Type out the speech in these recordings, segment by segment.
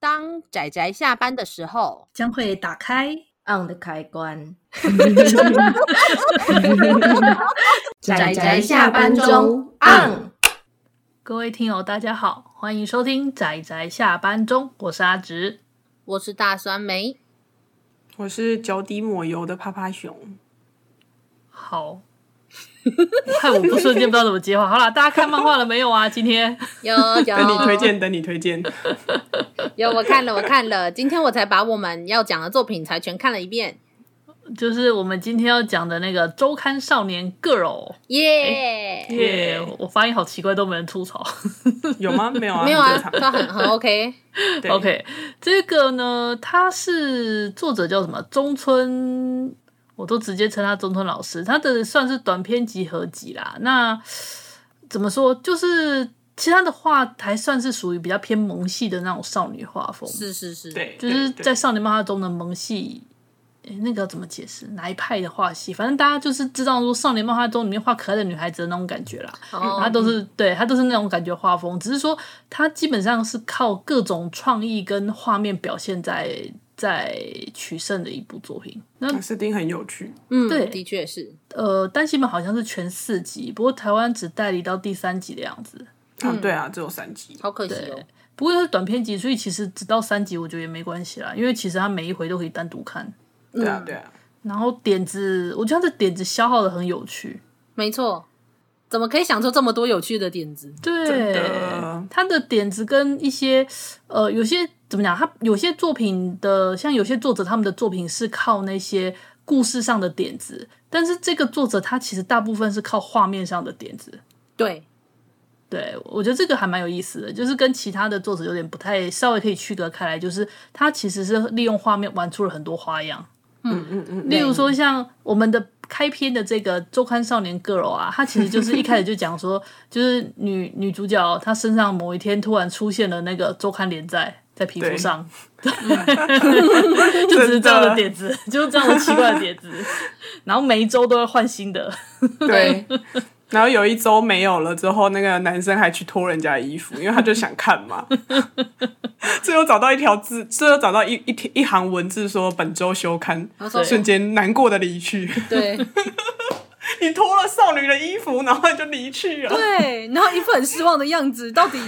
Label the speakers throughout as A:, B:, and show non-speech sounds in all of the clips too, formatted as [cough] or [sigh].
A: 当仔仔下班的时候，
B: 将会打开
C: on 的开
A: [laughs]
C: 关。
A: 宅宅下班中
C: on。
B: 各位听友，大家好，欢迎收听《仔仔下班中》，我是阿直。
A: 我是大酸梅。
D: 我是脚底抹油的趴趴熊，
B: [laughs] 好，害我不瞬间不知道怎么接话。好了，大家看漫画了没有啊？今天
A: 有有
D: 等你推荐，等你推荐。
A: 有，我看了我看了，今天我才把我们要讲的作品才全看了一遍，
B: 就是我们今天要讲的那个周刊少年 Girl。
A: 耶、
B: 耶、我发音好奇怪，都没人吐槽。
D: 有吗？没有啊，
A: 没有啊
D: 很，正
A: 都 [laughs]
D: 常
A: 很很 OK。
D: 对
B: OK，这个呢，他是作者叫什么？中村，我都直接称他中村老师。他的算是短篇集合集啦。那怎么说？就是其他的画还算是属于比较偏萌系的那种少女画风，
A: 是是是，
D: 对，
B: 就是
D: 对
B: 在少年漫画中的萌系。诶那个要怎么解释？哪一派的画系？反正大家就是知道说少年漫画中里面画可爱的女孩子的那种感觉啦。
A: 哦，
B: 他都是对他都是那种感觉画风，只是说他基本上是靠各种创意跟画面表现在在取胜的一部作品。那
D: 对啊斯丁很有趣，
A: 嗯，
B: 对
A: 的确是，
B: 呃，单行本好像是全四集，不过台湾只代理到第三集的样子。
D: 啊，对啊，只有三集，
A: 好可惜哦
B: 对。不过它是短篇集，所以其实只到三集，我觉得也没关系啦，因为其实它每一回都可以单独看。
D: 对啊，对啊，
B: 然后点子，我觉得它的点子消耗的很有趣。
A: 没错，怎么可以想出这么多有趣的点子？
B: 对
D: 真的，
B: 他的点子跟一些呃，有些怎么讲？他有些作品的，像有些作者他们的作品是靠那些故事上的点子，但是这个作者他其实大部分是靠画面上的点子。
A: 对，
B: 对，我觉得这个还蛮有意思的，就是跟其他的作者有点不太，稍微可以区隔开来，就是他其实是利用画面玩出了很多花样。
D: 嗯嗯嗯，
B: 例如说，像我们的开篇的这个周刊少年 girl 啊，它其实就是一开始就讲说，就是女女主角她身上某一天突然出现了那个周刊连载在皮肤
D: [laughs]
B: 上， [laughs] 就只是这样的点子，就是这样的奇怪的点子，然后每一周都会换新的，
D: 对。 [laughs] 然后有一周没有了之后，那个男生还去脱人家的衣服，因为他就想看嘛。最后找到一条字，最后找到一一条一行文字说本周休刊
A: 他说，
D: 瞬间难过的离去。 [laughs]
A: 对
D: 你脱了少女的衣服，然后就离去
A: [laughs]
D: 了，
A: 对，然后一副很失望的样子，到底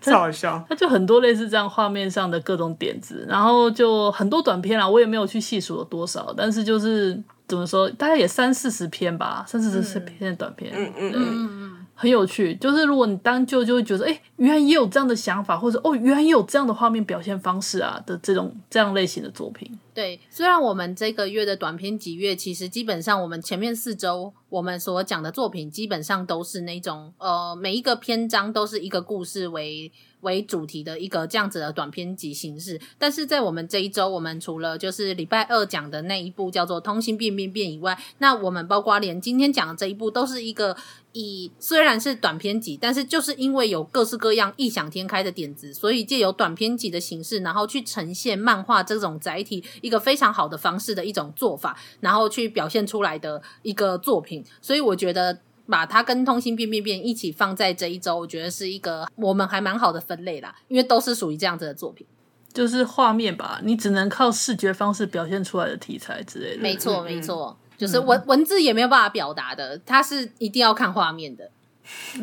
D: 超好笑。
B: 它就很多类似这样画面上的各种点子，然后就很多短片啦，啊我也没有去细数有多少，但是就是怎么说，大概也三四十篇吧，三四十篇的短片，
D: 嗯嗯
B: 对
D: 嗯，
B: 很有趣，就是如果你当舅就会觉得，哎、原来也有这样的想法，或者哦，原来也有这样的画面表现方式啊的这种这样类型的作品。
A: 对。虽然我们这个月的短篇集月，其实基本上我们前面四周我们所讲的作品，基本上都是那种呃，每一个篇章都是一个故事为为主题的一个这样子的短篇集形式。但是在我们这一周，我们除了就是礼拜二讲的那一部叫做《通心变变变》以外，那我们包括连今天讲的这一部，都是一个以虽然是短篇集，但是就是因为有各式各样异想天开的点子，所以借由短篇集的形式，然后去呈现漫画这种载体一个非常好的方式的一种做法，然后去表现出来的一个作品。所以我觉得。把它跟通信变变变一起放在这一周，我觉得是一个我们还蛮好的分类啦，因为都是属于这样子的作品。
B: 就是画面吧，你只能靠视觉方式表现出来的题材之类的。
A: 没错，
D: 嗯
A: 没错，就是文文字也没有办法表达的，它是一定要看画面的。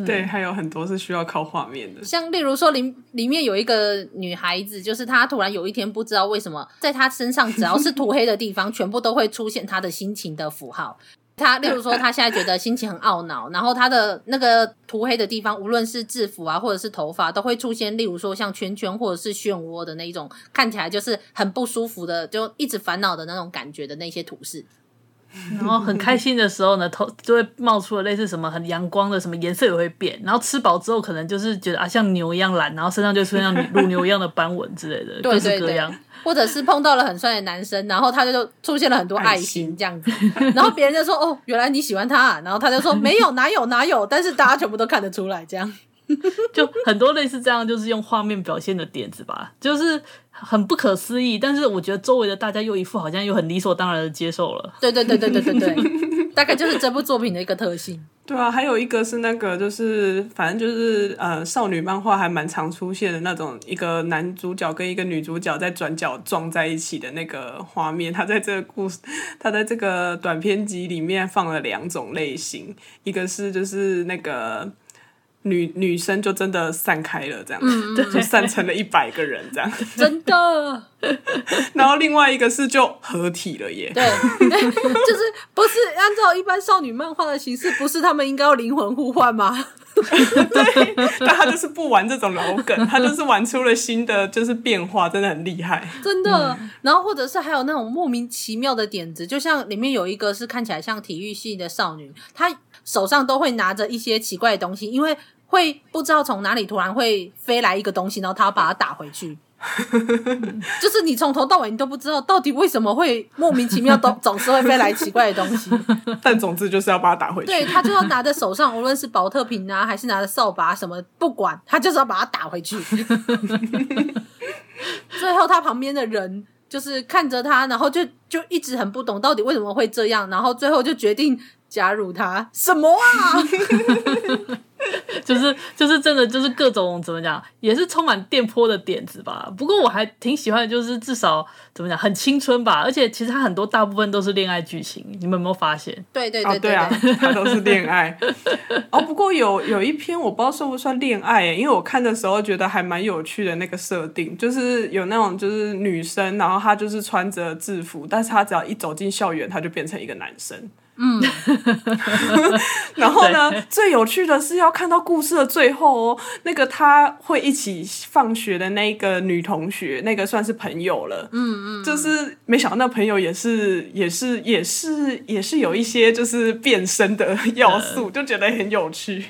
D: 对，还有很多是需要靠画面的。
A: 像例如说里里面有一个女孩子，就是她突然有一天不知道为什么，在她身上只要是涂黑的地方，全部都会出现她的心情的符号。她例如说，她现在觉得心情很懊恼，然后她的那个涂黑的地方，无论是制服啊，或者是头发，都会出现，例如说像圈圈或者是漩涡的那一种，看起来就是很不舒服的，就一直烦恼的那种感觉的那些图示。
B: 然后很开心的时候呢，头就会冒出了类似什么很阳光的，什么颜色也会变。然后吃饱之后，可能就是觉得啊，像牛一样懒，然后身上就出现像乳牛一样的斑纹之类的，
A: 对
B: 各
A: 对
B: 式各
A: 对
B: 样。
A: 或者是碰到了很帅的男生，然后他就出现了很多爱
D: 爱
A: 心
D: 心
A: 这样子，然后别人就说哦，原来你喜欢他、啊，然后他就说没有哪有哪有，但是大家全部都看得出来这样。
B: 就很多类似这样，就是用画面表现的点子吧，就是很不可思议。但是我觉得周围的大家又一副好像又很理所当然的接受了。
A: 对对对对对对对，大概就是这部作品的一个特性。
D: 对啊，还有一个是那个，就是反正就是呃，少女漫画还蛮常出现的那种，一个男主角跟一个女主角在转角撞在一起的那个画面。他在这个故事，他在这个短篇集里面放了两种类型，一个是就是那个女女生就真的散开了，这样、 [laughs] 就散成了一百个人这样，
A: 真的，
D: 然后另外一个是就合体了耶。
A: 对， [laughs] 对就是不是按照一般少女漫画的形式，不是他们应该要灵魂互换吗？
D: 但他就是不玩这种老梗，他就是玩出了新的就是变化，真的很厉害。
A: 真的。然后或者是还有那种莫名其妙的点子，就像里面有一个是看起来像体育系的少女，她手上都会拿着一些奇怪的东西，因为会不知道从哪里突然会飞来一个东西，然后她要把它打回去。就是你从头到尾你都不知道到底为什么会莫名其妙都总是会飞来奇怪的东西，
D: 但总之就是要把它打回去。
A: [laughs] 对她就要拿着手上，无论是保特瓶啊，还是拿着扫把什么，不管她就是要把它打回去。 [laughs] 最后他旁边的人就是看着他，然后就就一直很不懂到底为什么会这样，然后最后就决定加入他。什么 [laughs] 啊？
B: 就是就是真的就是各种怎么讲，也是充满电波的点子吧。不过我还挺喜欢的，就是至少怎么讲很青春吧，而且其实它很多大部分都是恋爱剧情，你们有没有发现？
A: 对对
D: 啊，
A: 对
D: 对啊， [laughs] 他都是恋爱。哦，不过有有一篇我不知道算不算恋爱耶，因为我看的时候觉得还蛮有趣的那个设定，就是有那种就是女生，然后她就是穿着制服，但是她只要一走进校园，她就变成一个男生。嗯， [laughs] 然后呢？最有趣的是要看到故事的最后哦，那个她会一起放学的那个女同学，那个算是朋友了。嗯就是没想到那朋友也是也是也是也是有一些就是变身的要素，就觉得很有趣。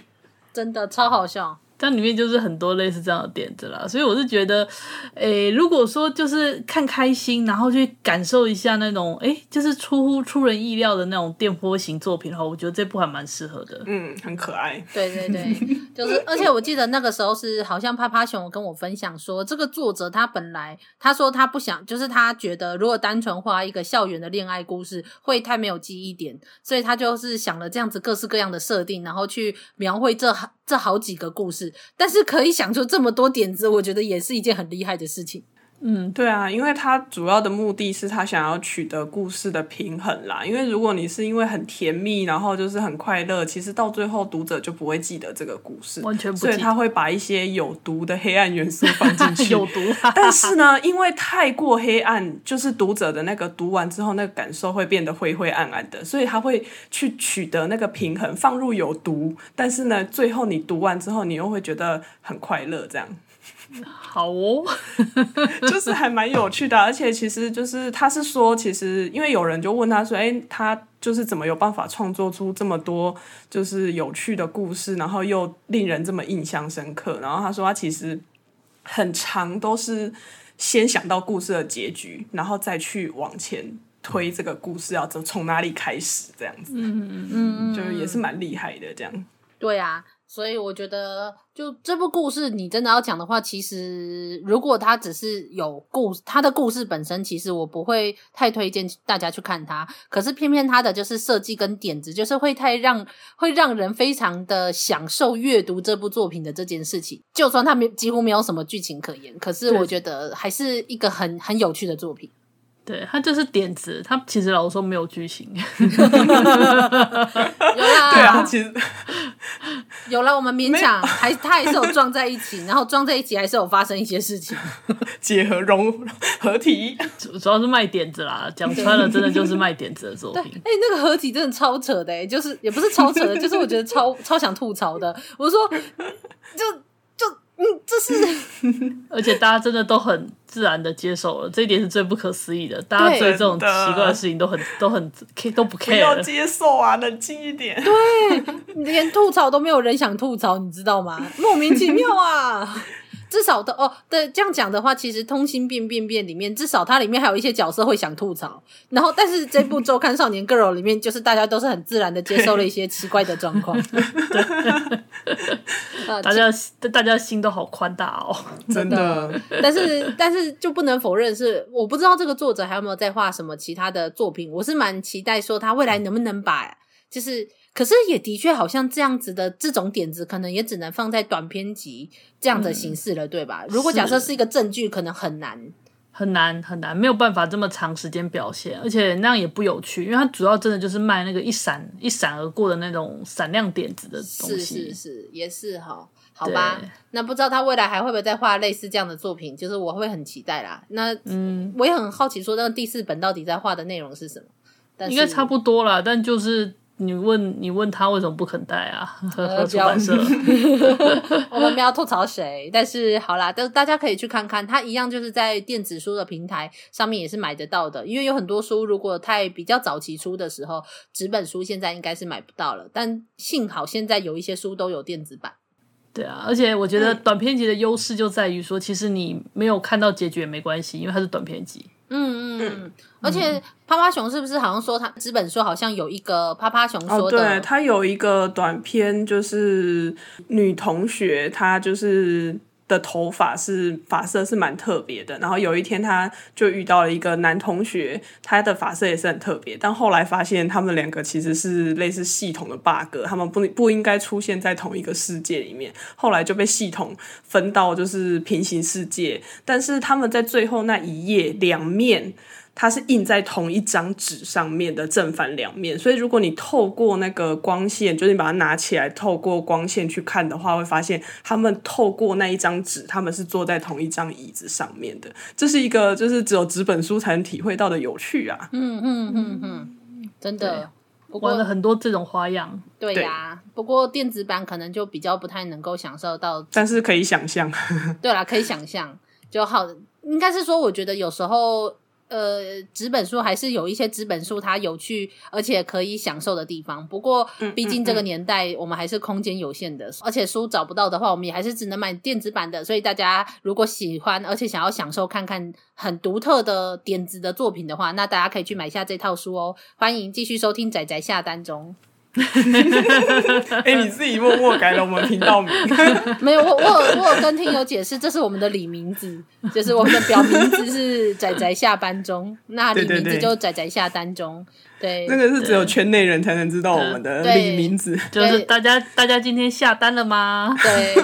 A: 真的超好笑。
B: 但里面就是很多类似这样的点子啦，所以我是觉得，诶、如果说就是看开心，然后去感受一下那种，诶、就是出乎出人意料的那种电波型作品的话，我觉得这部还蛮适合的。
D: 嗯，很可爱。
A: 对对对，就是，而且我记得那个时候是好像趴趴熊跟我分享说，这个作者他本来他说他不想，就是他觉得如果单纯画一个校园的恋爱故事会太没有记忆点，所以他就是想了这样子各式各样的设定，然后去描绘这好这好几个故事，但是可以想出这么多点子，我觉得也是一件很厉害的事情。
B: 嗯
D: 对啊，因为他主要的目的是他想要取得故事的平衡啦。因为如果你是因为很甜蜜，然后就是很快乐，其实到最后读者就不会记得这个故事，
B: 完全不记
D: 所
B: 得
D: 以他会把一些有毒的黑暗元素放进 [laughs] 去。
B: 有毒啊！
D: 但是呢，因为太过黑暗，就是读者的那个读完之后那个感受会变得灰灰暗暗的，所以他会去取得那个平衡，放入有毒，但是呢，最后你读完之后，你又会觉得很快乐，这样
B: [laughs] 好哦，
D: 就是还蛮有趣的。啊而且其实就是他是说，其实因为有人就问他说，哎、他。就是怎么有办法创作出这么多就是有趣的故事，然后又令人这么印象深刻。然后他说他其实很长都是先想到故事的结局，然后再去往前推这个故事要从从哪里开始这样子。嗯嗯嗯，就是也是蛮厉害的这样。
A: 对啊，所以我觉得，就这部故事，你真的要讲的话，其实如果它只是有故，它的故事本身，其实我不会太推荐大家去看它。可是偏偏它的就是设计跟点子，就是会太让会让人非常的享受阅读这部作品的这件事情。就算它没几乎没有什么剧情可言，可是
B: 对
A: 我觉得还是一个很很有趣的作
D: [laughs]
A: 品。
B: 对，它就是点子，它其实老实说没有剧情。 [laughs]
A: 有啦，
D: 对啊，他其实
A: 有啦，我们勉强还它还是有撞在一起，然后撞在一起还是有发生一些事情。
D: 结合融合 [laughs] 体，
B: 主主要是卖点子啦，讲穿了真的就是卖点子的
A: [laughs]
B: 作
A: 对，
B: 品。
A: 哎、那个合体真的超扯的、欸，就是也不是超扯的，就是我觉得超超想吐槽的。我说，就就嗯，这是
B: 而且大家真的都很自然的接受了，这一点是最不可思议的。大家
A: 对
B: 对这种
D: 真的
B: 奇怪的事情都很都很都不
D: 不
B: care，
D: 要接受啊，冷静一点。
A: 连吐槽都没有人想吐槽，你知道吗？莫名其妙啊！至少的哦，对，这样讲的话，其实《通心变变变》里面，至少它里面还有一些角色会想吐槽。然后，但是这部《周刊少年 Girl》里面，就是大家都是很自然的接受了一些奇怪的状况。 [laughs] 呃
B: 大家大家心都好宽大哦。
D: 真的，
B: [laughs]
A: 但是但是就不能否认是，我不知道这个作者还有没有在画什么其他的作品。我是蛮期待说他未来能不能把就是可是也的确好像这样子的这种点子，可能也只能放在短篇集这样的形式了，对
B: 嗯
A: 吧？如果假设是一个正剧，可能很难。
B: 很难很难，没有办法这么长时间表现，而且那样也不有趣，因为它主要真的就是卖那个一闪一闪而过的那种闪亮点子的东
A: 是
B: 西。
A: 是是，也是哈，好吧
B: 对。
A: 那不知道他未来还会不会再画类似这样的作品，就是我会很期待啦。那嗯，我也很好奇，说那个第四本到底在画的内容是什么？但是
B: 应该差不多啦，但就是你问你问他为什么不肯带啊？和
A: 呃
B: 和出
A: [laughs]
B: 版社，
A: 我们没有吐槽谁，但是好啦，但大家可以去看看，它一样就是在电子书的平台上面也是买得到的，因为有很多书如果太比较早期出的时候，纸本书现在应该是买不到了，但幸好现在有一些书都有电子版。
B: 对啊，而且我觉得
A: 嗯
B: 短篇集的优势就在于说，其实你没有看到结局也没关系，因为它是短篇集。
A: 嗯嗯嗯，而且趴趴熊是不是好像说他纸本书好像有一个趴趴熊
D: 哦，
A: 说的，
D: 对，他有一个短片，就是女同学，她就是的头发是发色是蛮特别的。然后有一天，她就遇到了一个男同学，他的发色也是很特别。但后来发现，他们两个其实是类似系统的 bug，他们不不应该出现在同一个世界里面。后来就被系统分到就是平行世界，但是他们在最后那一页两面。它是印在同一张纸上面的正反两面，所以如果你透过那个光线，就是你把它拿起来，透过光线去看的话，会发现他们透过那一张纸，他们是坐在同一张椅子上面的。这是一个就是只有纸本书才能体会到的有趣啊！
A: [laughs] 嗯嗯嗯嗯，真的。不过
B: 玩了很多这种花样，
A: 对呀、不过电子版可能就比较不太能够享受到
D: 但是可以想象，
A: 对啦，可以想象就好。应该是说，我觉得有时候，呃，纸本书还是有一些纸本书它有趣而且可以享受的地方。不过，毕竟这个年代我们还是空间有限的，而且书找不到的话，我们也还是只能买电子版的。所以大家如果喜欢而且想要享受看看很独特的点子的作品的话，那大家可以去买下这套书哦。欢迎继续收听仔仔下单中。
D: 哎、你自己默默改了我们频道名， [laughs]
A: [laughs] 没有，我我有我有跟听友解释，这是我们的里名字，就是我们的表名字是仔仔下班中，那里
D: 对对
A: 名字
D: 对
A: 就仔仔下单中，对
D: 那个是只有圈内人才能知道我们的
A: 对
D: 李名字。
B: 就
A: 对
B: 是大家大家今天下单了吗？ [laughs]
A: 对，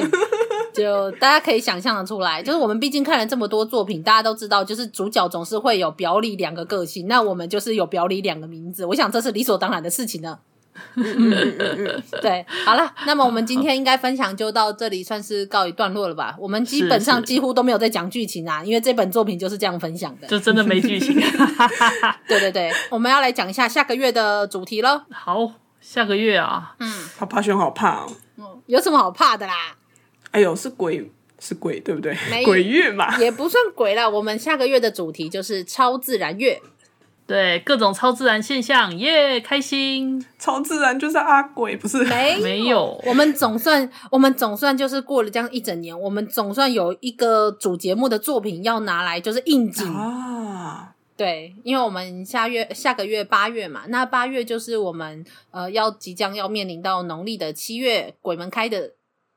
A: 就大家可以想象的出来，就是我们毕竟看了这么多作品，大家都知道，就是主角总是会有表里两个个性，那我们就是有表里两个名字，我想这是理所当然的事情呢。对，好了，那么我们今天应该分享就到这里，算是告一段落了嗯吧？我们基本上
B: 是是
A: 几乎都没有在讲剧情啊，因为这本作品就是这样分享
B: [laughs]
A: 的。
B: 就真的没剧情。
A: 对对对，我们要来讲一下下个月的主题喽。
B: 好，下个月啊，
D: 他怕熊好怕哦，
A: 有什么好怕的啦？
D: 哎呦，是鬼是鬼对不对
A: 没？
D: 鬼月嘛，
A: 也不算鬼啦，我们下个月的主题就是超自然月。
B: 对各种超自然现象，耶、开心！
D: 超自然就是阿鬼，不是？
A: 没
B: 没有，
A: 我们总算，我们总算就是过了这样一整年，我们总算有一个主节目的作品要拿来就是应景。
D: 啊，
A: 对，因为我们下月下个月八月嘛，那八月就是我们呃要即将要面临到农历的七月鬼门开的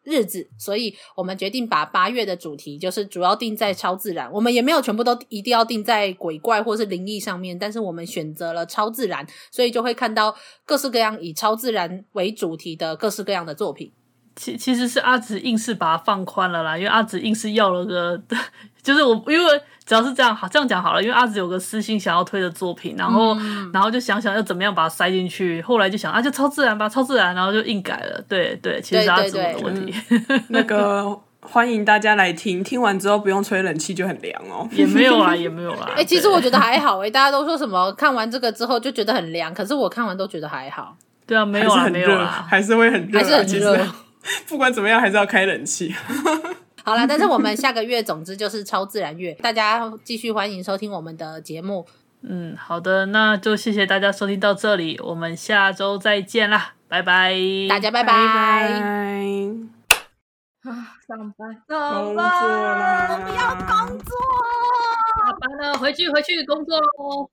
A: 日子，所以我们决定把八月的主题就是主要定在超自然，我们也没有全部都一定要定在鬼怪或是灵异上面，但是我们选择了超自然，所以就会看到各式各样以超自然为主题的各式各样的作品。
B: 其其实是阿紫硬是把它放宽了啦，因为阿紫硬是要了个， [laughs] 就是我因为只要是这样好这样讲好了，因为阿紫有个私心想要推的作品，然后、
A: 嗯
B: 然后就想想要怎么样把它塞进去，后来就想啊就超自然吧，超自然，然后就硬改了，对对，其实是阿紫
A: 对对嗯
B: 我的问题，
D: 那个欢迎大家来听，听完之后不用吹冷气就很凉哦。
B: [laughs] 也没有啦，也没有啦，
A: [laughs] 哎、其实
B: 对
A: 我觉得还好哎、大家都说什么看完这个之后就觉得很凉，可是我看完都觉得还好，
B: 对啊，没
D: 还
B: 有
D: 是
B: 啦，
D: 很
B: 没有
D: 热，
B: 啦，
D: 还是会很热啊、
A: 还是很
D: 其实
A: 热。
D: 不管怎么样，还是要开冷气。
A: 好啦，但是我们下个月，总之就是超自然月，大家继续欢迎收听我们的节目。
B: 嗯，好的，那就谢谢大家收听到这里，我们下周再见啦，拜拜，
A: 大家拜
D: 拜，
C: 上班，走
D: 工作
C: 了，
D: 啦！
C: 我不要工作。
B: 下班了，回去回去工作喽。